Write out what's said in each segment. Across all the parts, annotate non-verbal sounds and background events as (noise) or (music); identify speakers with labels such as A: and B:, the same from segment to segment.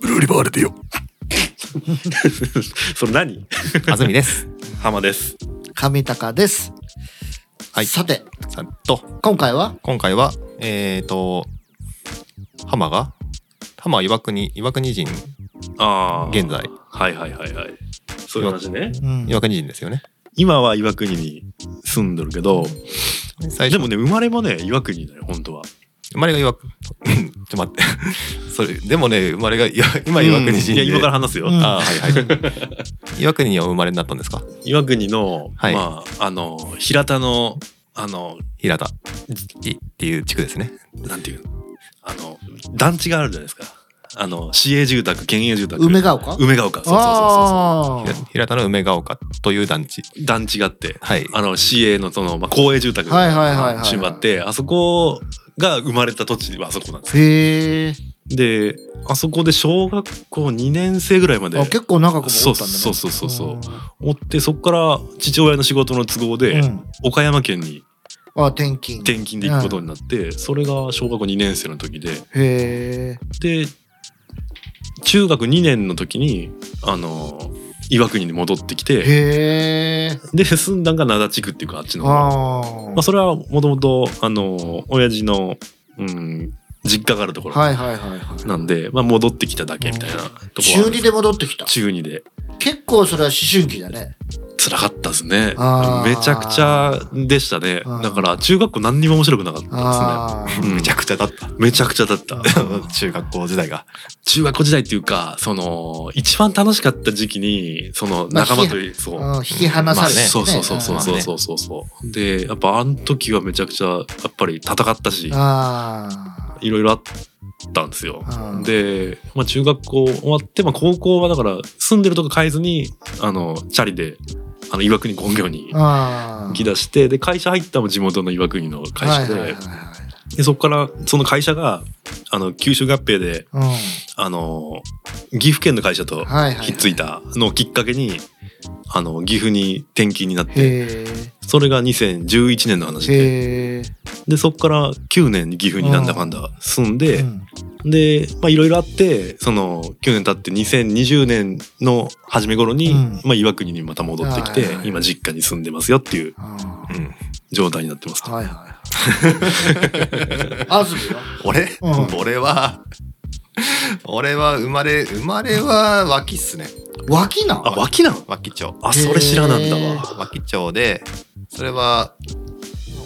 A: ブルーリバーレディオ
B: それ何
C: 安住です。
B: 浜です。
A: 上高です
C: はい
A: さて
C: さっと、
A: 今回は
C: 今回は、えっ、ー、と、浜が、浜は岩国、岩国人、
B: ああ。
C: 現在。
B: はいはいはいはい。そういう話ね。
A: うん
C: 岩国人ですよね。
B: 今は岩国に住んどるけど、
C: 最
B: で
C: 初、
B: もね、生まれもね、岩国だよ、本当は。
C: 生まれが岩、ちょっと待って。 (laughs) それ、でもね、生まれが岩、今岩国人
B: い
C: で。
B: や、今から話すよ。
A: うん
C: ああ、はいはい。 (laughs) 岩国にはお生まれになったんですか
B: 岩国の、
C: はい
B: まあ、あの、平田の、あの、
C: 平田いっていう地区ですね。
B: なんていうの、あの、団地があるじゃないですか。あの、市営住宅、県営住宅。
A: 梅ヶ丘
B: 梅ヶ丘。そうそうそうそ
A: あ
C: 平平田の梅ヶ丘という団地。
B: う。団地があって、
C: はい。
B: あの、市営のその、まあ、公営住宅
A: あはいはいはいはい
B: しまって、あそこが生まれた土地はあそこなんですよ
A: へえ
B: であそこで小学校2年生ぐらいまで
A: 結構長くもおったんだ
B: そう
A: ね
B: そうそうそうそう
A: う
B: おってそこから父親の仕事の都合で、
A: んうん
B: 岡山県に
A: あ転勤
B: 転勤で行くことになって、それが小学校2年生の時で
A: へえ
B: で中学2年の時にあの岩国に戻ってきて
A: へえ
B: で住んだんが灘地区っていうかあっちの方まあ、
A: ああ
B: それはもともとあの親父の、うん、実家があるところ
A: はいはいはいはい
B: なんで、まあ、戻ってきただけみたいなところ
A: 中二で戻ってきた
B: 中2で
A: 結構それは思春期だね
B: 辛かったですね
A: あ。ー
B: めちゃくちゃでしたね
A: うん。
B: だから中学校何にも面白くなかった
A: あ
B: ですね。うん
C: めちゃくちゃだった。
B: めちゃくちゃだった。
C: 中学校時代が。
B: 中学校時代っていうか、その、一番楽しかった時期に、その
A: まあ
B: 仲間と、そう。
A: あうん引き離
B: ま
A: さ
B: あ
A: れてね
B: そうそうそうそう
C: まあ
B: そ
C: ね
B: うそうそうそう。で、やっぱあの時はめちゃくちゃ、やっぱり戦ったし、
A: あ
B: いろいろあったんですよ。
A: あ
B: で、まあ中学校終わって、まあ高校はだから住んでるとこ変えずに、あの、チャリで、あの、岩国本業に
A: ああ
B: 行き出してで会社入ったのも地元の岩国の会社で,、
A: はいはいはいはい
B: でそこからその会社があの九州合併で
A: うんはい
B: あの岐阜県の会社と
A: はいはい
B: ひっついたのをきっかけに、あの岐阜に転勤になって
A: へ
B: それが2011年の話
A: え
B: で
A: へえ
B: でそこから9年岐阜になんだかんだ住んで、
A: うん
B: でまあいろいろあってその9年経って2020年の初め頃に、
A: うん
B: まあ、岩国にまた戻ってきて、
A: はいはいはい
B: 今実家に住んでますよっていう
A: あ
C: うん。
B: 状態になってます
A: あはい
B: (laughs)
A: はいはい安住は
C: 俺、
A: うん
C: 俺は、俺は生まれ、生まれは脇っすね。
A: 脇な
B: あ脇なの
C: 脇町。
B: あ、それ知らなんだ
A: へ
B: わ。
A: ー
C: 脇町で、それは、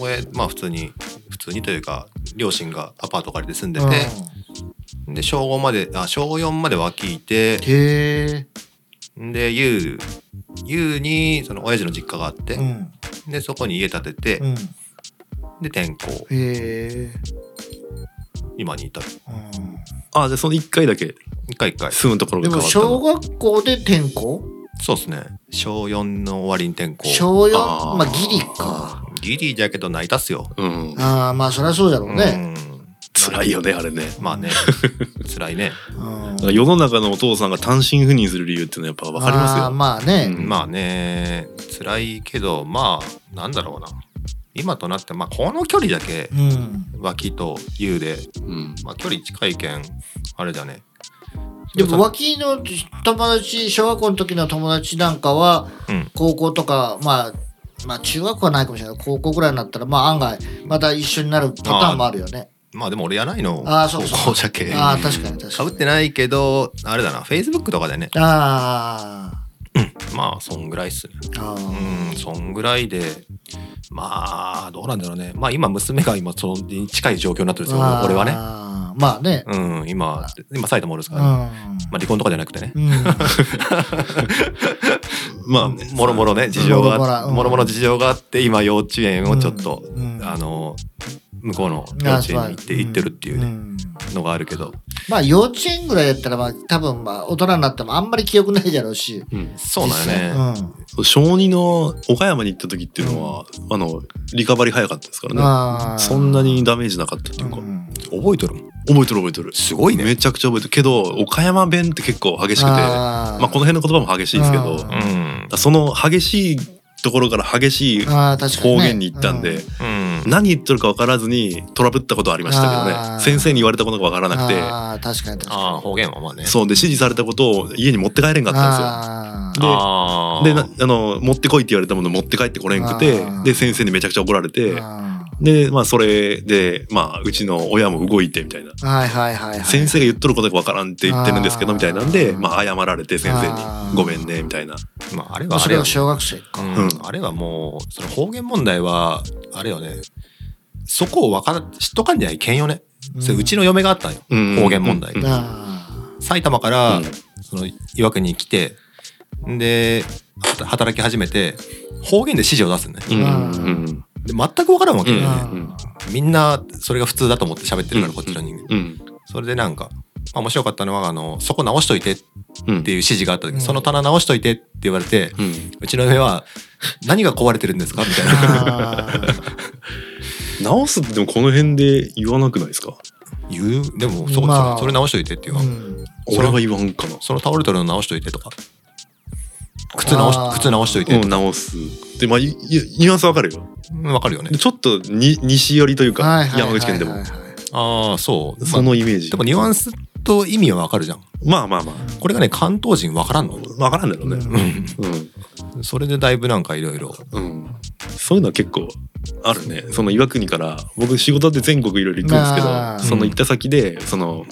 C: 親、まあ普通に、普通にというか、両親がアパート借りて住んでて、で、小5まで、あ、小4まで脇いて、
A: うんへ
C: で、ゆう、ゆうに、その親父の実家があっ
A: え
C: て
A: う、ん
C: で、そこに家建てて
A: う、ん
C: で、転校、
A: へえ
C: 今に至る。
A: うん
B: あ、じゃあその一回だけ
C: 一回一回。
B: 住むところ
A: で
B: が変
A: も
B: わったの。
A: 小学校で転校
C: そうですね。小4の終わりに転校。
A: 小4
B: あー
A: まあギリか
C: ギリじゃけど泣いたっすよ。
B: うん。
A: ああまあそりゃそうだろうね
C: うん
B: 辛いよね、あれね。
C: まあね、辛いね。
A: うん
B: だから世の中のお父さんが単身赴任する理由っていうのはやっぱわかります
A: あー
B: よ。
A: まあね
B: うん
C: まあね、辛いけど、まあ、なんだろうな。今となって、まあ、この距離だけ、
A: うん
C: 脇と優で、
B: うん。
C: まあ、距離近いけん、あれだね。
A: でも脇の友達小学校の時の友達なんかは
C: うん。
A: 高校とかまあまあ中学校はないかもしれない高校ぐらいになったらまあ案外また一緒になるパターンもあるよね
C: まあ、でも俺やないの。
A: あーそうそう
C: 高校じゃけ。
A: ああ
B: ー
A: ー確かに確
C: か
A: か
C: ぶ
A: に
C: ってないけど、あれだな、Facebook とかでね。
A: あ
C: まあ、そんぐらいっすね。
A: ーあー
C: うん、そんぐらいで、まあ、どうなんだろうね。まあ、今、娘が今、そのに近い状況になってるんですよ、
A: あー
C: 俺はね。
A: まあね
C: うん、今、今、埼玉おるんです
A: う
C: から、
A: ん
C: ねまあ、離婚とかじゃなくてね。
A: うん
B: ま
C: (laughs)
B: あね、
C: もろもろね、事情
A: もろも
C: が、
A: ろうん
C: もろもろ事情があって、今、幼稚園 (laughs) をちょっと、
A: うん
C: あの、向こうの幼稚園に行って、行ってるっていうね、
A: ん
C: のがあるけど。
A: まあ幼稚園ぐらいやったらまあ多分まあ大人になってもあんまり記憶ないだろうし
B: うん
C: そうだよね。
A: 実際うん
B: そう小児の岡山に行った時っていうのは、あの、リカバリー早かったですからね。
A: あー
B: そんなにダメージなかったっていうか、
A: うん
C: 覚えとるもん。
B: 覚えてる覚えてる。
C: すごいね。
B: めちゃくちゃ覚えてる。けど、岡山弁って結構激しくて、
A: あー
B: まあこの辺の言葉も激しいですけど、
A: うん
C: うん。
B: その激しいところから激しい
A: あー確かに、ね、
B: 方言に行ったんで、
A: う
C: うん
B: 何言ってるか分からずにトラブったことはありましたけど
A: あー
B: ね先生に言われたことが分からなくて
A: ああ確かに確かに
C: ああ方言はまあね
B: そうで指示されたことを家に持って帰れんかったん
A: あ
B: で
A: ー
C: あ
B: ですよ。
C: あ
B: でなあの持ってこいって言われたもの持って帰ってこれんくて
A: あー
B: で先生にめちゃくちゃ怒られて
A: あ
B: でまあそれでまあうちの親も動いてみたいな
A: ーはいはいはいはい
B: 先生が言っとることが分からんって言ってるんですけど
A: あー
B: みたいなんでまあ謝られて先生
A: あ
B: に「
A: ー
B: ごめんね」みたいな
C: まああれ
A: まあ
C: はあ
A: そ
C: れ
A: れ
C: よ
A: は小学生か
C: う
B: うん
C: ん、あれはもうその方言問題はあれよねそこをわから知っとかんじゃいけんよね、うそれうちの嫁があったんよ、
B: うん
C: 方言問題、
B: うん
A: あ
C: 埼玉から、
B: うん
C: そのいわくに来てでは働き始めて方言で指示を出すね、
B: うん
A: あー
B: うん
C: で全く分からんわけよ
A: ー
C: ね、
A: あ
B: うん
C: みんなそれが普通だと思って喋ってるから、こっちの人間、
B: うん
C: それでなんか、まあ、面白かったのはあの「そこ直しといて」って
B: うん
C: いう指示があった時、
A: うん
C: その棚直しといてって言われて、
B: うん
C: うちの嫁は「何が壊れてるんですか?」みたい
B: (laughs)
A: ー
C: な
A: あー
B: 直すってでもこの辺で言わなくないですか
C: 言うでもそ,、
A: まあ
C: それ直しといてっていう
B: (laughs)
C: わ、
A: うん
C: そ
B: 俺は言わんかな
C: そのタオル取るの直しといてとか靴直
A: あー
C: し靴直しといて
B: う
C: と
B: ん
C: か、
B: 直すでまあいいニュアンスわかるよ
C: うん、わかるよね
B: でちょっとに西寄りというか
A: はいはいはい
B: 山
A: はい
B: 口県でも
C: ああそう、まあ
B: そのイメージ
C: でもニュアンスと意味はわかるじゃん
B: まあまあま
C: これがね関東人わからんの
B: あわからんだろうね (laughs)
C: それでだいぶなんかいろいろ
B: うん、うん、そういうのは結構あるねその岩国から僕仕事で全国いろいろ行くんですけ
A: あー
B: どその行った先でその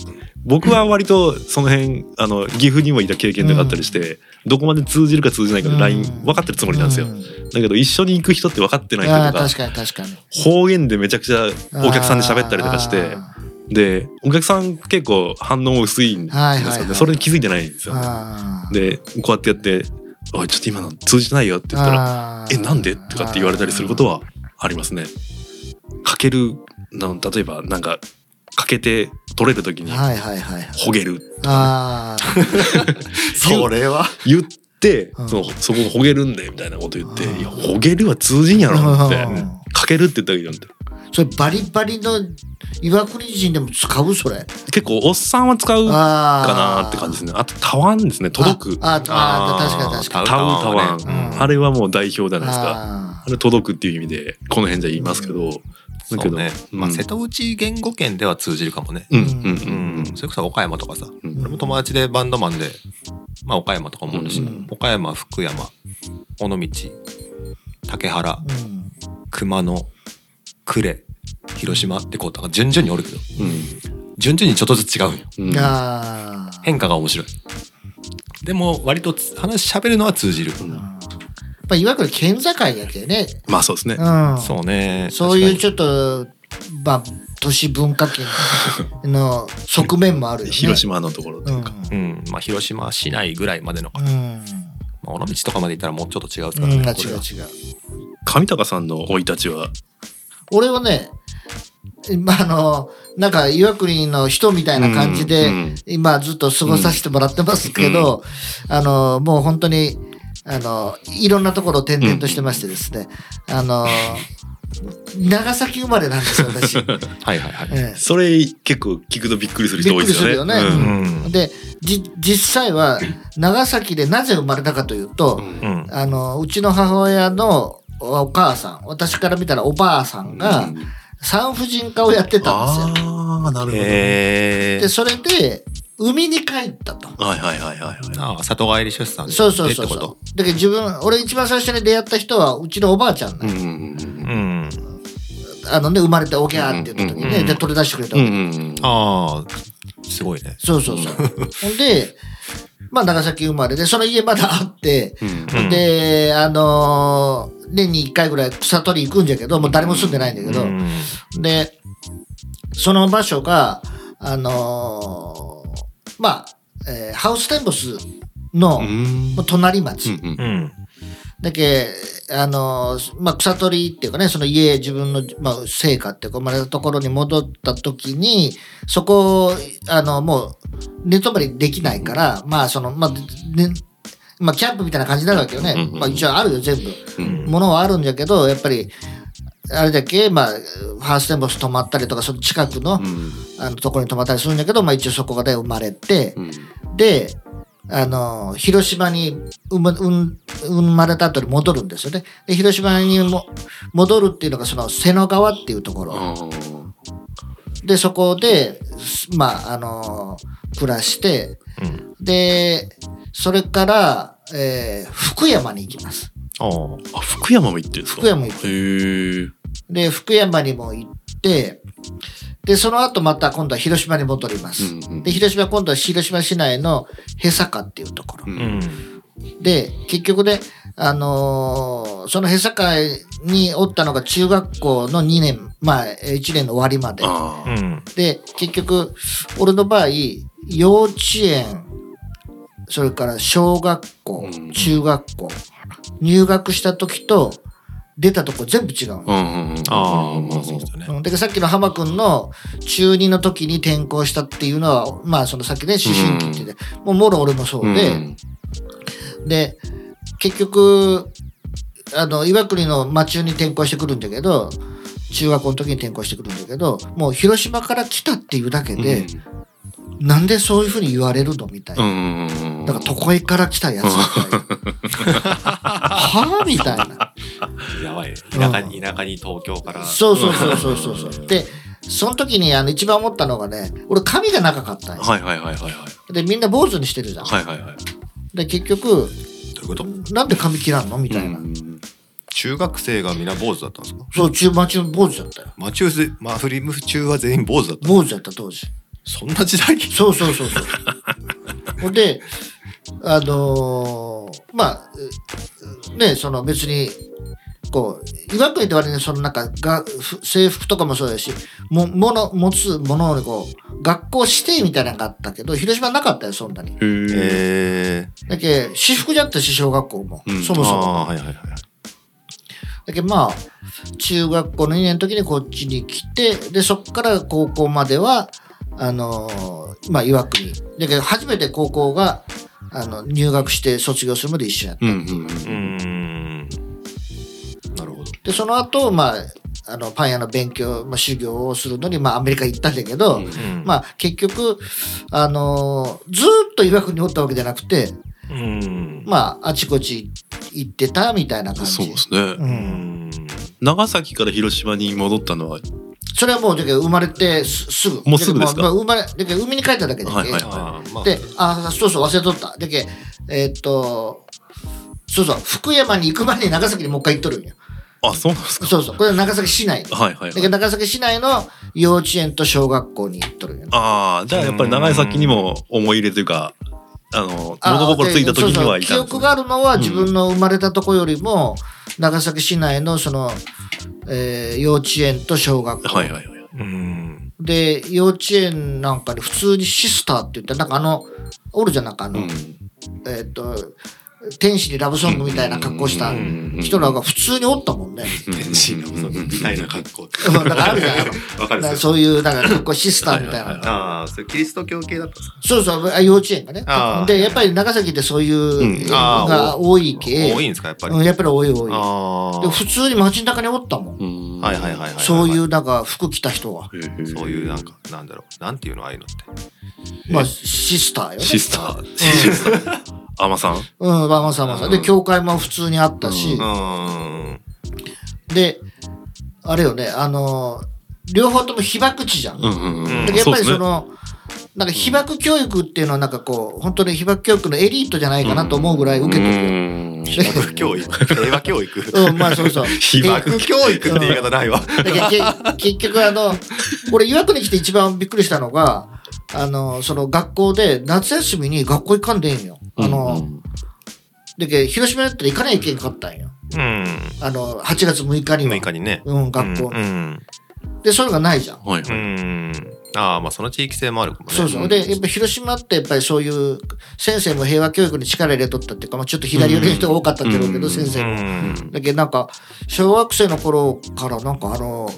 B: 僕は割とその辺あの岐阜にもいた経験とかあったりして、どこまで通じるか通じないか
A: う
B: で
A: ん
B: LINE 分かってるつもりなんですよ、
A: うん
B: だけど一緒に行く人って分かってない人
A: あー
B: とか
A: 確かに確かに
B: 方言でめちゃくちゃお客さんで喋ったりとかして
A: あー
B: でお客さん結構反応薄いんですよね、
A: はいはいはい
B: それに気づいてないんですよ
A: あー
B: でこうやってやって「おいちょっと今の通じてないよ」って言ったら「
A: あー
B: えなんで?」とかって言われたりすることはありますね。かけるの例えばなんかかけて取れる時に
A: はいはいはいはい
B: 「ほげる
A: あー
B: (laughs)
C: それは」
B: 言って、
A: うん
B: そのそこほげるんでみたいなこと言って「
A: うん
B: いやほげるは通じんやろ」って
A: うん
B: 「かける」って言ったらいいじゃんって
A: それバリバリの岩国人でも使うそれ
B: 結構おっさんは使うか
A: あー
B: なって感じですねあと「たわん」ですね届く
A: あああ確かに確
B: 「
A: か
B: た
A: に
B: う
C: あ
B: たわん」
C: タウ
A: タワンね
B: あれはもう代表じゃないですか。
A: あ
B: あれ届くっていう意味でこの辺じゃ言いますけど、だ
C: そ
B: け
C: う
B: ど
C: ね、まあ、
B: うん
C: 瀬戸内言語圏では通じるかもね、
B: うんうんう
C: うんん、それこそ岡山とかさ
B: うん
A: うん
C: 俺も友達でバンドマンで、まあ、岡山とかもおるし、
A: うん
C: 岡山福山尾道竹原
A: ーうん
C: 熊野呉広島ってこうだから順々におるけど
B: う
C: 順々にちょっとずつ違うんよ
B: んうん
A: あー
C: 変化が面白いでも割とつ話しゃべるのは通じる、
A: やっぱいわゆる県境だけどね、
B: まあそうですね。
A: うん、
C: そうね
A: そうい
C: 確
A: う
C: か
A: ちょっとまあ都市文化圏の側面もあるよね
B: (laughs) 広島のところ
A: う
B: とい
A: ん
B: うか。
C: にうんまあ広島市内ぐらいまでのか、
A: うん、
C: まあ、尾道とかまで行ったらもうちょっと違うっす
A: う
C: からね、
A: ん、違う違う
C: これは
B: 上高さんの生い立ちは、
A: 俺はね今あのなんか岩国の人みたいな感じで、
B: うんうん
A: 今ずっと過ごさせてもらってますけど、あのもう本当にあのいろんなところを転々としてましてですね、あの長崎生まれなんですよ
B: (laughs)
A: 私、
C: はいはいはい、
A: ええ
B: それ結構聞くとびっくりする人多いですよね。
A: びっくりするよね
C: うん
A: でじ実際は長崎でなぜ生まれたかというと、
C: う
B: うん
C: ん
A: あのうちの母親のおお母さん私から見たらおばあさんが
B: うん
A: 産婦人科をやってたんですよ。
B: ああ、なるほど。
C: へ
A: でそれで海に帰ったと。
B: はいはいはいはいは
C: ああ里帰り出産で
A: そうそうそう
C: ってこ
A: そ
C: と
A: う。だけど自分俺一番最初に出会った人はうちのおばあちゃん
B: い。う
A: ね、
B: んうんうん
C: うん
A: あのね生まれておぎゃーって言った時にね、
C: うん
A: で取り出してくれた
B: う
A: わ
B: ん
A: け、
B: うんうん。
C: ああすごいね
A: そうそうそう。ほんでまあ長崎生まれでその家まだあって。
B: うん
C: うん
A: で、あのー年に1回ぐらい草取り行くんじゃけど、もう誰も住んでないんだけど、
C: うん
A: で、その場所が、あのーまあ、えーハウステンボスの、
B: うん
A: もう隣町。
B: うんうん
C: うん
A: だけあのーまあ、草取りっていうかねその家自分の、まあ、成果っていうか生まれたところに戻った時にそこをあのもう寝泊まりできないからまあそのまあ、ねまあ、キャンプみたいな感じになるわけよね、
B: うんうんうん
A: まあ、一応あるよ全部。
B: うん
A: ものはあるんだけどやっぱりあれだけ、まあ、ファーステンボス泊まったりとかその近く
B: う
A: の,、
B: ん
A: あのところに泊まったりするんだけど、まあ、一応そこで生まれて
B: う、ん
A: であの広島に生ま生まれた後に戻るんですよね。で広島にも戻るっていうのがその瀬野川っていうところ。
B: あー
A: でそこで、すまあ、あの暮らして
C: うん。
A: でそれから、えー福山に行きます
C: ああ。
B: あ福山も行ってるんですか
A: 福山も行っ
B: へえ
A: で福山にも行ってでその後また今度は広島に戻ります、
B: うんうん
A: で広島今度は広島市内のへさかっていうところ、
B: うん
C: うん。
A: で結局ね、あのーそのへさかにおったのが中学校の2年まあ1年の終わりまで
B: あ
C: う
B: ー
C: ん。
A: で結局俺の場合幼稚園それから小学校
B: うん
A: 中学校入学した時と出たとこ全部違う
B: う。
A: の
B: んうんうん
C: ああ、まあそうですよね。
A: うんでさっきの浜くんの中2の時に転校したっていうのはまあそのさっきね思春期って言って、もうもろ俺もそうで、
B: うん
A: で結局あの岩国の町中に転校してくるんだけど中学校の時に転校してくるんだけどもう広島から来たっていうだけで、なんでそういうふうに言われるのみたい
B: うん
A: な。
B: うんうんうん
A: だから都会から来たやつみたいな。はあみたいな。
C: やばい。田舎に、田舎に東京から。
A: そうそうそうそうそうそう。で、その時にあの一番思ったのがね、俺髪が長かったんよ
B: はいはいはいはいはい
A: で、みんな坊主にしてるじゃん。
B: はいはいはい
A: で、結局、
C: どういうこと
A: なんで髪切らんのみたいな。
B: うん
C: 中学生がみんな坊主だったんですか
A: そう、中町の坊主だったよ。
C: マチューズ、まあフリム中は全員坊主だった。
A: 坊主だった当時。
C: そんな時
A: (laughs)
C: 代に
A: そうそう
B: (laughs)
A: そうそう。ほんで、あのーまあ、うね、その別に、こう、岩国って割にそのなんかがふ制服とかもそうだし、も、もの、持つものをこう、学校指定みたいなのがあったけど、広島なかったよ、そんなに。
B: へえ
C: ええ。
A: だけ私服じゃったし、小学校も。
B: うん
A: そもそも。
C: ああ、はいはいはい。
A: だけどまあ、中学校の2年の時にこっちに来て、で、そこから高校までは、あのーまあ、岩国。だけど、初めて高校が、あの、入学して卒業するまで一緒やった。
B: うんうん
C: うーん。なるほど。
A: で、その後、まあ、あの、パン屋の勉強、まあ、修行をするのに、まあ、アメリカ行ったんだけど、
B: うん
C: うん
A: まあ、結局、あのーずーっと岩国におったわけじゃなくて、
C: うん。
A: まあ、あちこち行ってたみたいな
B: う
A: 感
B: ん
A: じ。
B: そうですね
A: う
C: うんん。
B: 長崎から広島に戻ったのは
A: それはもうだけど生まれてすすぐ
B: もうすぐですか
A: だけどまあまあ生まれだけど海に帰っただけで、
B: はいはい
C: ああ、まあ。
A: であそうそう忘れとっただけえーっとそうそう福山に行く前に長崎にもう一回行っとるんよ
B: あそうなんですか
A: そうそうこれ長崎市内だ
B: はいはい
A: け
B: は
A: ど
B: い
A: 長崎市内の幼稚園と小学校に行っとるんよ
B: ああじゃあやっぱり長崎にも思い入れというかあの
A: あ
B: 物心ついた時に
A: そ
B: は
A: う
B: い
A: そ
B: た
A: う記
B: んです
A: 憶
B: ね
A: があるのは自分の生まれたとこよりも、長崎市内のその、えー幼稚園と小学校、
B: はいはいはい
C: うん。
A: で幼稚園なんかで普通にシスターって言ってなんかあのおるじゃんなんかあの、
B: うん
A: えーっと天使にラブソングみたいな格好した
B: うん
A: 人らが普通におったもんね。
C: 天使のそのみたいな格好って。
A: (laughs) だからあるじゃんあの
C: わかる
A: だか
C: っ
A: ら
C: すよ。
A: そういうなんか格好シスターみたい
B: はいはい
A: な。
B: は
C: ああ、それキリスト教系だったんですか
A: そうそうあ幼稚園がね
C: あ。ー
A: でやっぱり長崎でそういう
B: うん
A: の
C: あー
A: が多いけ、
C: 多いんですか、やっぱり。
A: うんやっぱり多い多い。
C: あ
A: で普通に街中におったもん。
B: うん
C: あ。はいはいはいはいはい。
A: そういうなんか服着た人は。
C: そういうなんか、なんだろう、なんていうの、ああいうのって。
A: まあシスターよね。
B: シスターシスタ
C: (laughs)
B: ーアマさん
A: うん、まあまあさまあさ。で、教会も普通にあったし
B: う
C: う、ーん。
A: で、あれよね、あのー、両方とも被爆地じゃん。
B: うんうんうん
A: だけどやっぱり
B: うです
A: そ
B: ね
A: の、なんか被爆教育っていうのはなんかこう、本当に被爆教育のエリートじゃないかなと思うぐらい受けてるよ。
B: うん
C: 被爆教育、平和教育。
A: うん、まあそうそう。
B: 被
C: 被
A: で
C: 爆教育って言い方ないわ。
A: だけどけ結局あの、俺岩国に来て一番びっくりしたのが、あの、その学校で夏休みに学校行かんでいいんよ。 (laughs) あ
B: う
A: の、
B: ん
A: だけど広島だったら行かないといけんかったんよ。
C: うん。
A: あの、8月6日には。
C: 6日にね。
A: うん、学校
C: う。ん。
A: で、そういうのがないじゃん。
B: はい
C: うんう
B: はい
C: ん。ああ、まあその地域性もあるかもね。
A: そうそう。で、やっぱ広島ってやっぱりそういう、先生も平和教育に力入れとったっていうか、まあちょっと左寄りの人が多かったんだろうけど、
B: うん
A: 先
C: う
A: 生も。
C: ん。
A: だけどなんか小学生の頃からなんかあの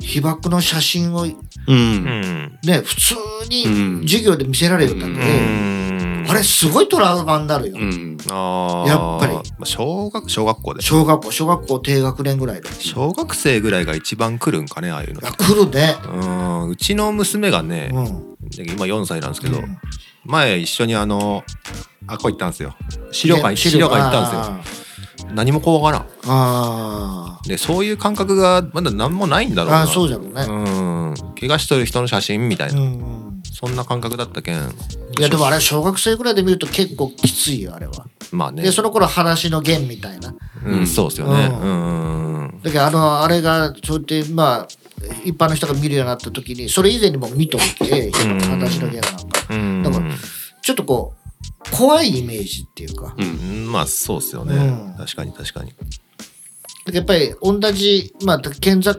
A: 被爆の写真をね
B: う
C: うんん。
A: 普通に授業で見せられるんだけど、
B: う
C: うん
A: あれすごいトラウマになるよ、
B: うん
C: ああ。
A: やっぱり
C: り。小学、小学校で。
A: 小学校小学校低学年ぐらいでい
C: 小学生ぐらいが一番来るんかね、ああいうの。
A: や来るね
C: うん。うちの娘がね
A: う、ん
C: 今4歳なんですけど、前一緒にあのあこう行ったんですよ資料館
A: ね
C: 資料館行ったんですよ何も怖がらん
A: すよ。あー
C: でそういう感覚がまだ何もないんだろうな
A: あー、そうじゃろうね。
C: うん怪我しとる人の写真みたいな、
A: うんうん
C: そんな感覚だったけん
A: いやでもあれ小学生ぐらいで見ると結構きついよあれは。
C: まあね
A: でその頃話の弦みたいな。
C: うん、そうですよね
A: うん
C: うんうん
A: だけどあのあれがそうやってまあ一般の人が見るようになった時にそれ以前にも見といて話の弦なんか
C: うん
A: だからちょっとこう怖いイメージっていうか。
B: うん
C: まあそうですよね、
A: うん
C: 確かに確かに
A: だけどやっぱり同じ、まあ、県境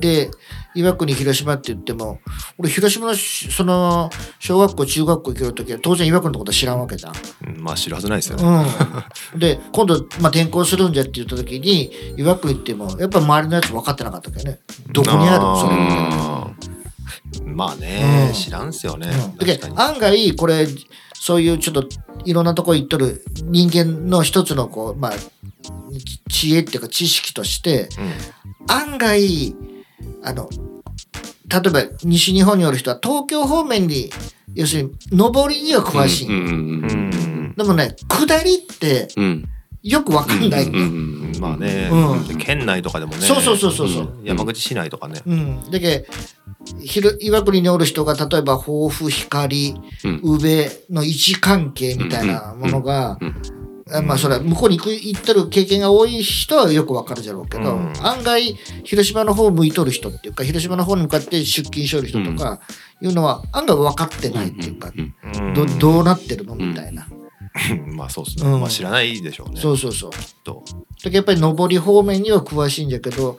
A: で岩国広島って言っても俺広島のしその小学校中学校行ける時は当然岩国のことは知らんわけじゃん。
C: うんまあ知るはずないですよね、
A: うん、で今度、まあ、転校するんじゃって言った時に岩国行ってもやっぱ周りのやつ分かってなかったけどねどこにあるのそれみたいな
C: あーまあね、
A: うん
C: 知らんすよね、
A: うんだけ
C: 確
A: ど
C: かに
A: 案外これそういうちょっといろんなとこ行っとる人間の一つのこう、まあ、ち知恵っていうか知識として案外あの例えば西日本におる人は東京方面に要するに上りには詳しい、
B: うんうん
C: うん、
A: でもね下りって
B: うん
A: よく分かんない、
B: うんうん
C: う
B: うん
C: んまあね、
A: う
C: 県内とかでもね
A: そうそうそうそうそう、
B: うん
C: 山口市内とかね、
A: うん、だけひろ岩国におる人が例えば豊富光
B: うん
A: 宇部の位置関係みたいなものが、
B: うん
A: あまあそれは向こうに行く行ってる経験が多い人はよくわかるじゃろうけど、
C: うん
A: 案外広島の方向いとる人っていうか広島の方に向かって出勤しとる人とかいうのは案外分かってないっていうか、
B: うん
C: うん
A: どどうなってるのみたいな、
C: まあそうですね、
A: うん
C: まあ知らないでしょうね
A: そうそうそう
C: きっと
A: だけどやっぱり上り方面には詳しいんだけど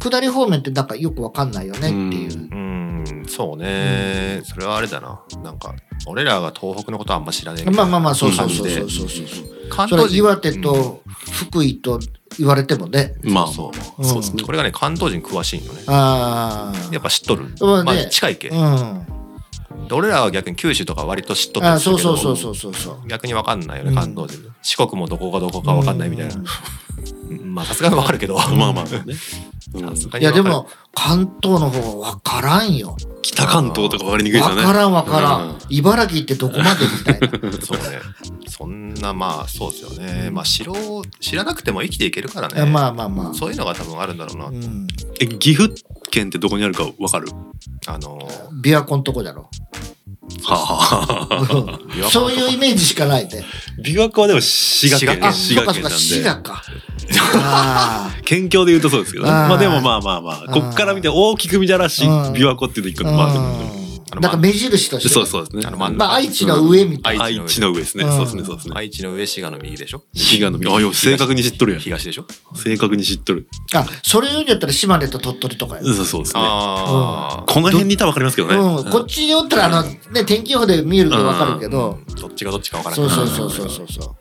A: 下り方面ってなんかよくわかんないよねっていう。
B: うん
C: うんそうね、それはあれだななんか俺らが東北のことはあんま知らねえ
A: まあまあまあそうそう
C: 感じ
A: そう
C: で
A: そうそうそうそう
C: 関
A: それ
C: 東
A: は
C: 人
A: 岩手と福井と言われてもね。
B: まあそう
A: うん
B: そうです
C: うん
B: ね
C: これがね関東人詳しいんよね
A: ああ。
C: やっぱ知っとる、
A: まあね
C: まあ近いけ、
A: うん。あ
C: で俺らは逆に九州とか割と知っとった
A: あ
C: り
A: ー
C: す
A: そ
C: る
A: う
C: けど
A: そうそうそうそうそう。
C: 逆に分かんないよ
A: う
C: ね
A: ん
C: 関東人、四国もどこがどこか分かんないみたいな、
A: う
C: まあさすがに分かるけど
B: まあまあねうん
C: さすが
A: ん
C: に
A: い
C: 分か
A: やで
C: る
A: も関東の方は分からんよ。
B: 北関東とか分かりにくい
A: 分
B: ですよね
A: からん分から
B: うん
A: ん。茨城ってどこまでみたいな。
C: そうねそんなまあそうですよね、まあ知ろう知らなくても生きていけるから
A: いや
C: ね
A: まあまあまあ。
C: そういうのが多分あるんだろうな、
A: うん。
B: え岐阜県ってどこにあるか分かる
C: あのー
A: 琵琶湖のとこだろ。
B: はあはあはあ
A: うんそういうイメージしかないで。
B: 琵琶湖はでも滋賀県
A: あ、
B: 滋
A: そう
B: 賀
A: かそ
B: 県
A: うか、滋
B: なんで
A: 賀か。あ
B: 県境で言うとそうですけどね
A: あー
B: まあでもまあまあまあこっから見て大きく見たらし
A: うん
B: 琵琶湖っていうの一個
A: あ。
B: もあるんで
A: うんなんか目印としてね。
B: そうそうですね
C: あの真ん中
A: まあ愛知の上みたいな。
B: 愛知の上ですね
A: うん
B: そうですねそうですね
C: 愛知の上滋賀の右でしょ
B: 滋賀のあいや正確に知っとるやん
C: 東でしょ
B: 正確に知っとる
A: あ、それよりだったら島根と鳥取とかよ。
B: そうそうですね
C: ああ
B: この辺にいたら分かりますけどね
A: うん、こっちにおったらあの、ね、天気予報で見えるとわかるけど、
C: どっちがどっちか分からん
A: そ
C: な
A: う
C: い
A: そうそうそうそうそう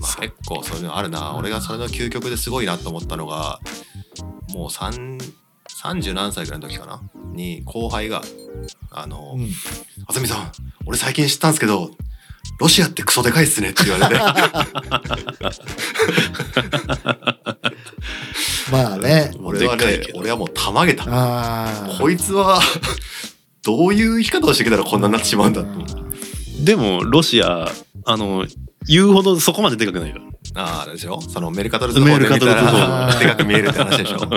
C: まあ、結構そういうのあるな俺がそれの究極ですごいなと思ったのがもう三30何歳ぐらいの時かなに後輩が「あの、
A: うん
C: あさみさん俺最近知ったんですけどロシアってクソでかいっすね」って言われて
A: まあね
C: 俺は
B: でっか
C: ね
B: いけど
C: 俺はもうたまげた
A: ああ
C: こいつはどういう生き方をしてきたらこんなになってしまうんだと思って
B: でもロシアあの言うほどそこまででかくないよ
C: あああれでしょそのメルカトルズの方で見た
B: メルカトルズ
A: の
C: ら (laughs)
A: 方
C: でかく見えるって話でしょ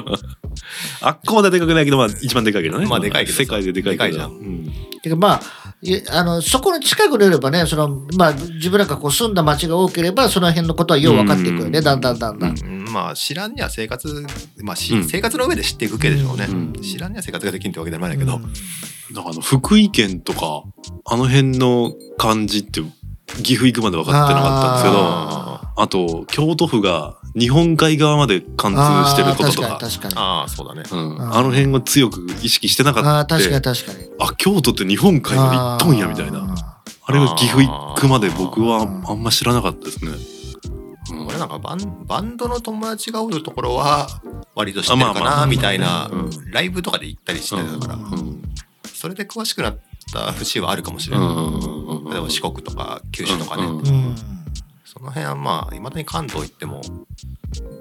B: あっこまででかくないけどまあ一番でかいけどね
C: まあでかいけど
B: 世界ででかいけど
C: でかいじゃん
B: うん
A: てかまあいあのそこの近くにいればねその、まあ、自分なんかこう住んだ町が多ければその辺のことはよう分かっていくよね、
B: うん
A: だんだんだんだん、
C: うんまあ知らんには生活、まあし
B: うん
C: 生活の上で知っていくけでしょうね、
B: うん
C: 知らんには生活ができんってわけでもないんだけど、
A: うん
B: だからあの福井県とかあの辺の感じって岐阜行くまで分かってなかったんですけどあ
A: あ
B: と京都府が日本海側まで貫通
A: ー
B: してることと
A: あ
B: か
A: ー確かに確かに
C: ああそうだね
B: うん
A: あー
B: あの辺を強く意識してなか
A: あ
B: っ
A: あ
B: た
A: 確かに確かに
B: あ京都って日本海まで行っとんやみたいな
A: な
B: あれが岐阜行くまで僕はあんま知らなかったですね、うん
C: 俺なんかバンバンドの友達がおるところは割と知ってる
B: あ
C: か
B: まあま
C: な
B: あ
C: みたいな
B: うん
C: ライブとかで行ったりしてたから、
A: うん
B: うん
C: それで詳しくなった節はあるかもし
B: う
C: れない、
B: ん
C: 例えば四国とか九州とかね、
B: うん
A: うん
C: その辺はまあいまだに関東行っても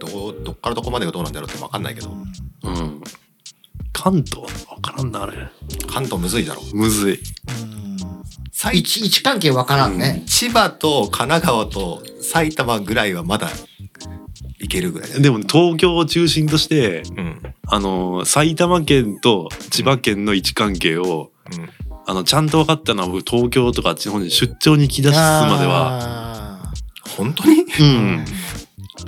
C: どうどっからどこまでがどうなんだろうって分かんないけど
B: うん関東は分からんなあれ
C: 関東むずいだろ
B: むずい
C: 埼
A: 位置位置関係わからんね、
C: 千葉と神奈川と埼玉ぐらいはまだいけるぐらいだね。
B: でもね東京を中心として
C: うん。
B: あの埼玉県と千葉県の位置関係を、
C: うん
B: あのちゃんと分かったのは僕東京とかあっちの方に出張に行き出すまでは
A: は
C: 本当に、
B: う
A: うんん、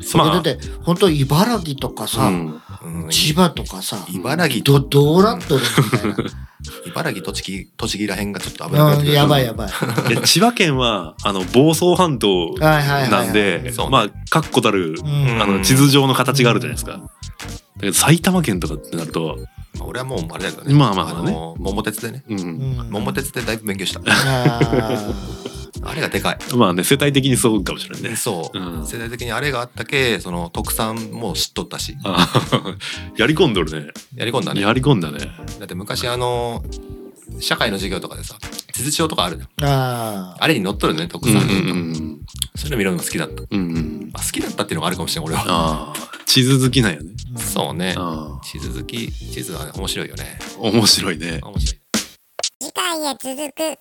A: そこでだって本当茨城とかさ、
B: うん
C: うん、
A: 千葉とかさ
C: 茨城
A: どどうなっとるみたい
C: 茨城、栃木、栃木らへんがちょっと危なくな (laughs) っ
A: な、う
C: て
A: ん、
C: くる
A: やばいやばい
B: で千葉県はあの房総半島
A: はいはいはい、はい、
B: なんで
C: そうね
B: まあ確固たる
A: うん
B: あの地図上の形があるじゃないですか。だけど埼玉県とかってなると、
C: まあ俺はもうあれだけどね。
B: まあまあまあね
C: の桃鉄でね。
B: うん
A: うん
C: 桃鉄でだいぶ勉強した。
A: あ
C: あれがでかい。
B: まあね世帯的にそうかもしれないね。
C: そう、
B: うん
C: 世代的にあれがあったけその特産も知っとったし
B: あ (laughs) やり込んどるね。
C: やり込んだね
B: やり込んだね。
C: だって昔あの社会の授業とかでさ地図帳とかあるじゃん
A: ーあ
C: あれに載っとるね特
B: うんう
C: 産
B: ん
C: 品とか、
B: うん
C: そういうの見るの好きだった、
B: うんうん。
C: あ、好きだったっていうのがあるかもしれん俺は
B: ああ地図好きなんやね。
A: ー
C: そうね
B: あ
C: 地図好き地図は面白いよね
B: あ面白いね。
C: 面白い
D: 次回へ続く